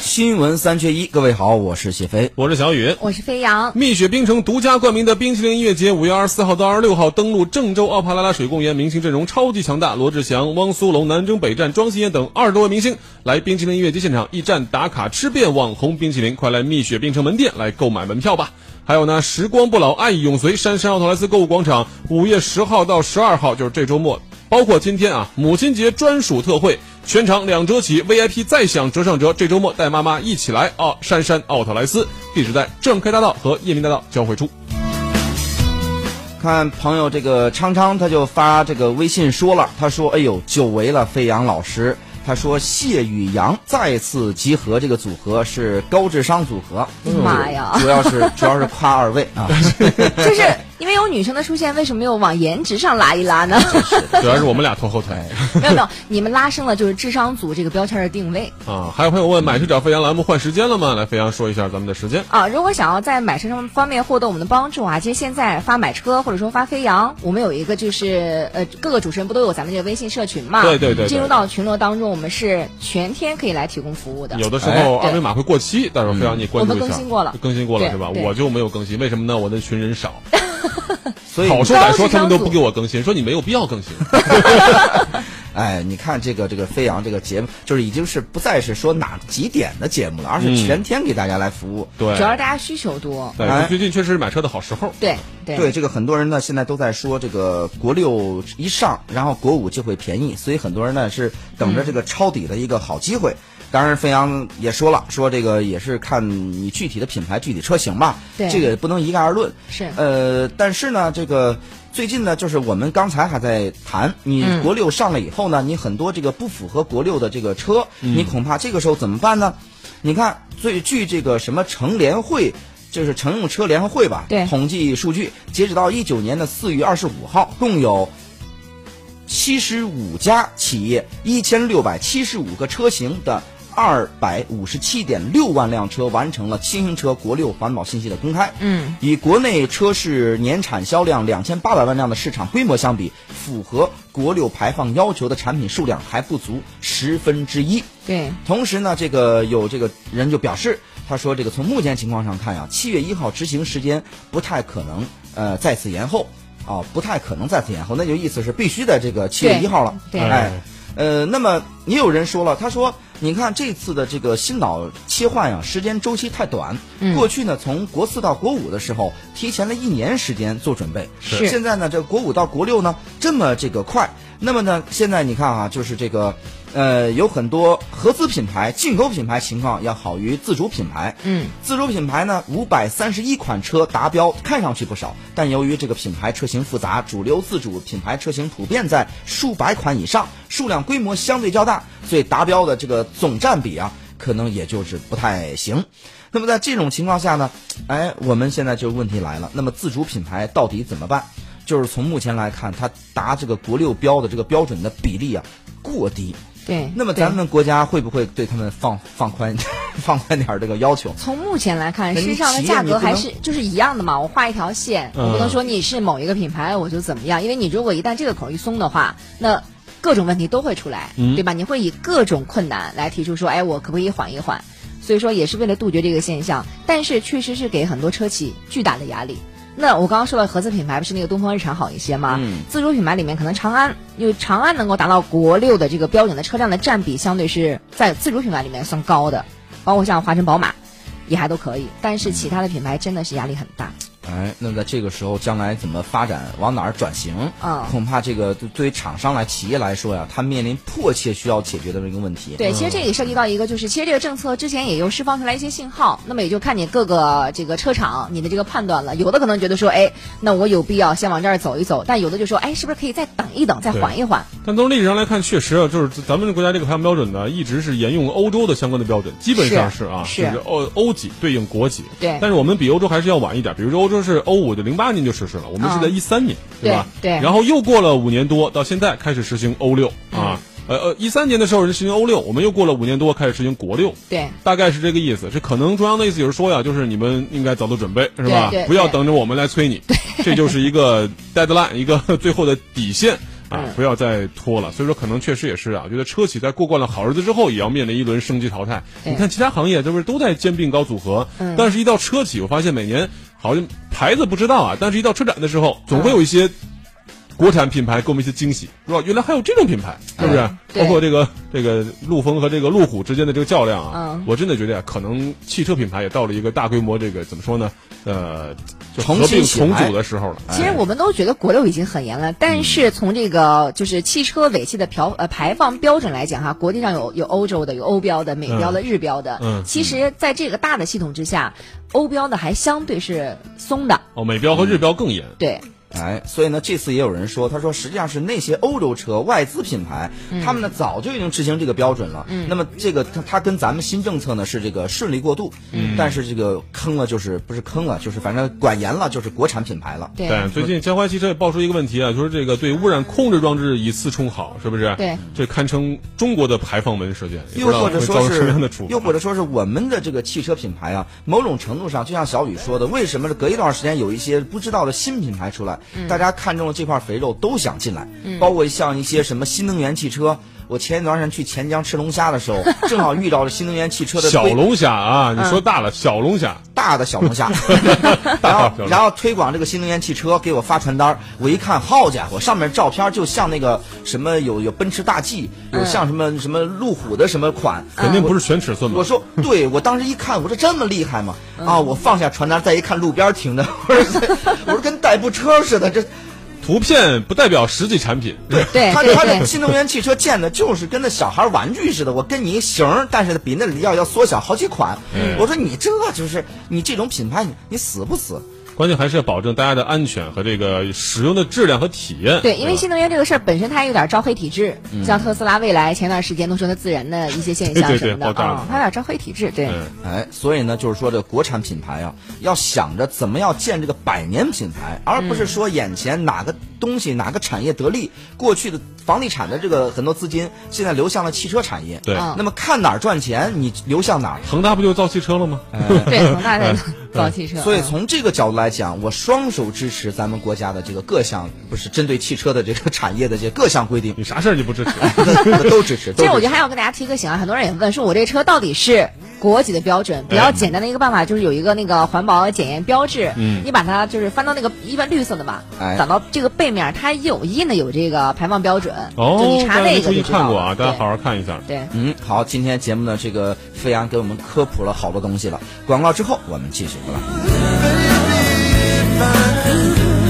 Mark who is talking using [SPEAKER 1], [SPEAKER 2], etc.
[SPEAKER 1] 新闻三缺一，各位好，我是谢飞。
[SPEAKER 2] 我是小雨。
[SPEAKER 3] 我是飞扬，
[SPEAKER 2] 蜜雪冰城独家冠名的冰淇淋音乐节，五月二十四号到二十六号登陆郑州奥帕拉拉水公园，明星阵容超级强大，罗志祥、汪苏泷、南征北战、庄心妍等二十多位明星来冰淇淋音乐节现场一站打卡，吃遍网红冰淇淋，快来蜜雪冰城门店来购买门票吧！还有呢，时光不老，爱意永随，杉杉奥特莱斯购物广场，五月十号到十二号，就是这周末，包括今天啊，母亲节专属特惠。全场两折起，VIP 再享折上折。这周末带妈妈一起来啊！杉杉奥特莱斯地址在正开大道和夜明大道交 汇处。
[SPEAKER 1] 看朋友这个昌昌，他就发这个微信说了，他说：“哎呦，久违了飞扬老师。”他说：“谢与杨再次集合，这个组合是高智商组合。”
[SPEAKER 3] 妈呀
[SPEAKER 1] 主要是主要是夸二位啊，
[SPEAKER 3] 就是因为有女生的出现，为什么又往颜值上拉一 拉呢？
[SPEAKER 2] 主要是我们俩拖后腿
[SPEAKER 3] 没有没有，你们拉升了就是智商组这个标签的定位
[SPEAKER 2] 啊！还有朋友问，买车找飞扬栏目换时间了吗？来，飞扬说一下咱们的时间。
[SPEAKER 3] 啊。如果想要在买车上方面获得我们的帮助啊，其实现在发买车或者说发飞扬，我们有一个就是呃各个主持人不都有咱们这个微信社群嘛？
[SPEAKER 2] 对对对对
[SPEAKER 3] 进入到群落当中，我们是全天可以来提供服务的。
[SPEAKER 2] 有的时候
[SPEAKER 3] 哎
[SPEAKER 2] 二维码会过期，到时候飞扬你关注一下。
[SPEAKER 3] 我们更新过了
[SPEAKER 2] 嗯更新过了
[SPEAKER 3] 对
[SPEAKER 2] 是吧？
[SPEAKER 3] 对
[SPEAKER 2] 我就没有更新，为什么呢？我那群人少，
[SPEAKER 1] 所以
[SPEAKER 2] 好说歹说他们都不
[SPEAKER 3] 高智商组
[SPEAKER 2] 给我更新，说你没有必要 更新。
[SPEAKER 1] 哎，你看这个这个飞扬这个节目，就是已经是不再是说哪几点的节目了，而是全天给大家来服务。
[SPEAKER 2] 对
[SPEAKER 3] 主，要是大家需求多。
[SPEAKER 2] 对，最近确实是买车的好时候。
[SPEAKER 3] 对对
[SPEAKER 1] 对这个很多人呢，现在都在说这个国六一上，然后国五就会便宜，所以很多人呢是等着这个
[SPEAKER 3] 嗯
[SPEAKER 1] 抄底的一个好机会。当然，飞扬也说了，说这个也是看你具体的品牌、具体车型吧，
[SPEAKER 3] 对
[SPEAKER 1] 这个也不能一概而论。
[SPEAKER 3] 是
[SPEAKER 1] 呃，但是呢，这个最近呢，就是我们刚才还在谈，你国六上了以后呢，你很多这个不符合国六的这个车，你恐怕这个时候怎么办呢？你看，最据这个什么乘联会。就是乘用车联合会吧，
[SPEAKER 3] 对
[SPEAKER 1] 统计数据，截止到一九年的四月二十五号，共有七十五家企业、一千六百七十五个车型的二百五十七点六万辆车完成了新型车国六环保信息的公开。
[SPEAKER 3] 嗯，
[SPEAKER 1] 以国内车市年产销量两千八百万辆的市场规模相比，符合国六排放要求的产品数量还不足十分之一。
[SPEAKER 3] 对
[SPEAKER 1] 同时呢，这个有这个人就表示，他说这个从目前情况上看啊，七月一号执行时间不太可能呃再次延后啊、不太可能再次延后，那就意思是必须在这个七月一号了。
[SPEAKER 3] 对
[SPEAKER 1] 哎，呃，那么也有人说了，他说你看这次的这个新老切换呀、时间周期太短。
[SPEAKER 3] 嗯
[SPEAKER 1] 过去呢，从国四到国五的时候，提前了一年时间做准备。
[SPEAKER 3] 是
[SPEAKER 1] 现在呢，这国五到国六呢，这么这个快。那么呢，现在你看啊，就是这个，呃，有很多合资品牌、进口品牌情况要好于自主品牌。
[SPEAKER 3] 嗯，
[SPEAKER 1] 自主品牌呢，五百三十一款车达标，看上去不少，但由于这个品牌车型复杂，主流自主品牌车型普遍在数百款以上，数量规模相对较大，所以达标的这个总占比啊，可能也就是不太行。那么在这种情况下呢，哎，我们现在就问题来了，那么自主品牌到底怎么办？就是从目前来看，它达这个国六标的这个标准的比例啊，过低。
[SPEAKER 3] 对。
[SPEAKER 1] 那么
[SPEAKER 3] 对
[SPEAKER 1] 咱们国家会不会对他们放 放宽放宽点儿这个要求？
[SPEAKER 3] 从目前来看，
[SPEAKER 1] 那
[SPEAKER 3] 市
[SPEAKER 1] 你
[SPEAKER 3] 场的
[SPEAKER 1] 企业
[SPEAKER 3] 价
[SPEAKER 1] 你
[SPEAKER 3] 格
[SPEAKER 1] 不
[SPEAKER 3] 还
[SPEAKER 1] 能
[SPEAKER 3] 是就是一样的嘛。我画一条线，我
[SPEAKER 2] 嗯
[SPEAKER 3] 不能说你是某一个品牌我就怎么样，因为你如果一旦这个口一松的话，那各种问题都会出来，对吧？你会以各种困难来提出说，哎，我可不可以缓一缓？所以说也是为了杜绝这个现象，但是确实是给很多车企巨大的压力。那我刚刚说到合资品牌不是那个东风日产好一些吗？
[SPEAKER 1] 嗯
[SPEAKER 3] 自主品牌里面可能长安，因为长安能够达到国六的这个标准的车辆的占比，相对是在自主品牌里面算高的，包括像华晨宝马。也还都可以，但是其他的品牌真的是压力很大。
[SPEAKER 1] 哎，那么在这个时候，将来怎么发展，往哪儿转型？
[SPEAKER 3] 嗯
[SPEAKER 1] 恐怕这个对对于厂商来、企业来说呀，它面临迫切需要解决的这个问题。
[SPEAKER 3] 对，其实这
[SPEAKER 2] 嗯
[SPEAKER 3] 也涉及到一个，就是其实这个政策之前也有释放出来一些信号，那么也就看你各个这个车厂你的这个判断了。有的可能觉得说，哎，那我有必要先往这儿走一走，但有的就说，哎，是不是可以再等一等，再
[SPEAKER 2] 对
[SPEAKER 3] 缓一缓？
[SPEAKER 2] 但从历史上来看，确实啊，就是咱们国家这个排放标准呢，一直是沿用欧洲的相关的标准，基本上是啊，
[SPEAKER 3] 是
[SPEAKER 2] 就是欧欧几对应国几。
[SPEAKER 3] 对
[SPEAKER 2] 但是我们比欧洲还是要晚一点，比如说欧洲是欧五的零八年就实施了，我们是在
[SPEAKER 3] 嗯
[SPEAKER 2] 一三年，吧？
[SPEAKER 3] 对对
[SPEAKER 2] 然后又过了五年多，到现在开始实行欧六
[SPEAKER 3] 嗯
[SPEAKER 2] 啊。呃呃，一三年的时候人实行欧六，我们又过了五年多开始实行国六，
[SPEAKER 3] 对
[SPEAKER 2] 大概是这个意思。这可能中央的意思就是说呀，就是你们应该早做准备，是吧
[SPEAKER 3] 对对？
[SPEAKER 2] 不要
[SPEAKER 3] 对
[SPEAKER 2] 等着我们来催你，这就是一个 deadline，一个最后的底线。
[SPEAKER 3] 嗯
[SPEAKER 2] 啊，不要再拖了。所以说，可能确实也是啊，我觉得车企在过惯了好日子之后，也要面临一轮升级淘汰。
[SPEAKER 3] 对嗯
[SPEAKER 2] 你看其他行业，这不是都在兼并高组合，但是一到车企，我发现每年好像牌子不知道啊，但是一到车展的时候，总会有一些。国产品牌给我们一些惊喜，是吧？原来还有这种品牌，是不是？
[SPEAKER 3] 嗯对
[SPEAKER 2] 包括这个这个陆风和这个路虎之间的这个较量啊，
[SPEAKER 3] 嗯
[SPEAKER 2] 我真的觉得啊，可能汽车品牌也到了一个大规模这个怎么说呢？呃，就
[SPEAKER 1] 重
[SPEAKER 2] 合并
[SPEAKER 1] 新起来哎
[SPEAKER 2] 重组的时候了。
[SPEAKER 3] 其实我们都觉得国六已经很严了，但
[SPEAKER 2] 嗯
[SPEAKER 3] 是从这个就是汽车尾气的漂呃排放标准来讲哈，国际上有有欧洲的、有欧标的、美标的、日标的。
[SPEAKER 2] 嗯
[SPEAKER 3] 其实在这个大的系统之下，欧标的还相对是松的。
[SPEAKER 2] 哦，美标和日标更严。
[SPEAKER 3] 对，
[SPEAKER 1] 哎，所以呢，这次也有人说，他说实际上是那些欧洲车外资品牌，他们呢早就已经执行这个标准了。那么这个它它跟咱们新政策呢是这个顺利过渡，但是这个坑了就是不是坑了，就是反正管严了就是国产品牌了。
[SPEAKER 3] 对，
[SPEAKER 2] 对，最近江淮汽车也爆出一个问题啊，就是这个对污染控制装置以次充好，是不是？
[SPEAKER 3] 对，
[SPEAKER 2] 这堪称中国的排放门事件，也
[SPEAKER 1] 又
[SPEAKER 2] 不知道
[SPEAKER 1] 或者
[SPEAKER 2] 会
[SPEAKER 1] 说
[SPEAKER 2] 造成什么样的
[SPEAKER 1] 是
[SPEAKER 2] 处，罚。
[SPEAKER 1] 又或者说是我们的这个汽车品牌啊，某种程度上，就像小雨说的，为什么隔一段时间有一些不知道的新品牌出来，
[SPEAKER 2] 嗯
[SPEAKER 1] 大家看中了这块肥肉都想进来，包括像一些什么新能源汽车。我前一段时间去钱江吃龙虾的 时候，正好遇到了新能源汽车的
[SPEAKER 2] 小
[SPEAKER 1] 推
[SPEAKER 2] 龙虾啊，
[SPEAKER 1] 嗯
[SPEAKER 2] 你说大了，小龙虾，
[SPEAKER 1] 大的小龙 虾，然后
[SPEAKER 2] 大的小龙虾
[SPEAKER 1] 然后推广这个新能源汽车，给我发传单儿，我一看，好家伙，上面照片就像那个什么有有奔驰大 G，有像什么什么路虎的什么款，
[SPEAKER 2] 嗯肯定不是全尺寸吧
[SPEAKER 1] 嗯我？说，
[SPEAKER 3] 嗯
[SPEAKER 1] 对我当时一看，我说这么厉害吗？啊，我放下传单，再一看路边停的，我说这，我说跟代步车似的，这
[SPEAKER 2] 图片不代表实际产品。对，
[SPEAKER 3] 对
[SPEAKER 1] 他
[SPEAKER 3] 对
[SPEAKER 1] 他
[SPEAKER 3] 对
[SPEAKER 1] 这新能源汽车建的就是跟那小孩玩具似的，我跟你一型儿，但是比那里要要缩小好几款。
[SPEAKER 3] 嗯
[SPEAKER 1] 我说你这就是你这种品牌，你你死不死？
[SPEAKER 2] 关键还是要保证大家的安全和这个使用的质量和体验。
[SPEAKER 3] 对，因
[SPEAKER 2] 吧
[SPEAKER 3] 为
[SPEAKER 2] 嗯
[SPEAKER 3] 新能源这个事儿本身它也有点招黑体质，像特斯拉未来前段时间都说它自燃的一些现象
[SPEAKER 2] 对对对
[SPEAKER 3] 什么的
[SPEAKER 2] 爆炸
[SPEAKER 3] 啊、
[SPEAKER 2] 了
[SPEAKER 3] 它有点招黑体质，对。
[SPEAKER 2] 嗯
[SPEAKER 1] 哎，所以呢，就是说这国产品牌啊，要想着怎么要建这个百年品牌，而不
[SPEAKER 3] 嗯
[SPEAKER 1] 是说眼前哪个东西、哪个产业得利。过去的房地产的这个很多资金，现在流向了汽车产业。
[SPEAKER 2] 对
[SPEAKER 3] 嗯
[SPEAKER 1] 那么看哪儿赚钱，你流向哪儿。
[SPEAKER 2] 恒大不就造汽车了吗？
[SPEAKER 3] 对，恒大在造汽车，
[SPEAKER 1] 所以
[SPEAKER 3] 嗯
[SPEAKER 1] 从这个角度来讲，我双手支持咱们国家的这个各项，不是针对汽车的这个产业的这各项规 定，
[SPEAKER 2] 你啥事儿你不支持？
[SPEAKER 1] 都支持。
[SPEAKER 3] 这
[SPEAKER 1] 都支
[SPEAKER 3] 我觉得
[SPEAKER 1] 持。
[SPEAKER 3] 还要跟大家提个醒啊，很多人也问说，我这车到底是国几的标准？比较简单的一个办法就是有一个那个环保检验标志，
[SPEAKER 2] 嗯
[SPEAKER 3] 你把它就是翻到那个一般绿色的嘛，
[SPEAKER 1] 哎
[SPEAKER 3] 挡到这个背面，它有印的有这个排放标准，就
[SPEAKER 2] 哦
[SPEAKER 3] 你，
[SPEAKER 2] 大
[SPEAKER 3] 查
[SPEAKER 2] 家
[SPEAKER 3] 那
[SPEAKER 2] 没
[SPEAKER 3] 个
[SPEAKER 2] 注
[SPEAKER 3] 就
[SPEAKER 2] 意
[SPEAKER 3] 知道
[SPEAKER 2] 看过
[SPEAKER 3] 了。
[SPEAKER 2] 啊，大家
[SPEAKER 3] 对
[SPEAKER 2] 好好看一下。
[SPEAKER 3] 对，
[SPEAKER 1] 嗯，好，今天节目呢，这个飞扬给我们科普了好多东西了。广告之后我们继续，好吧？
[SPEAKER 4] Baby, if I could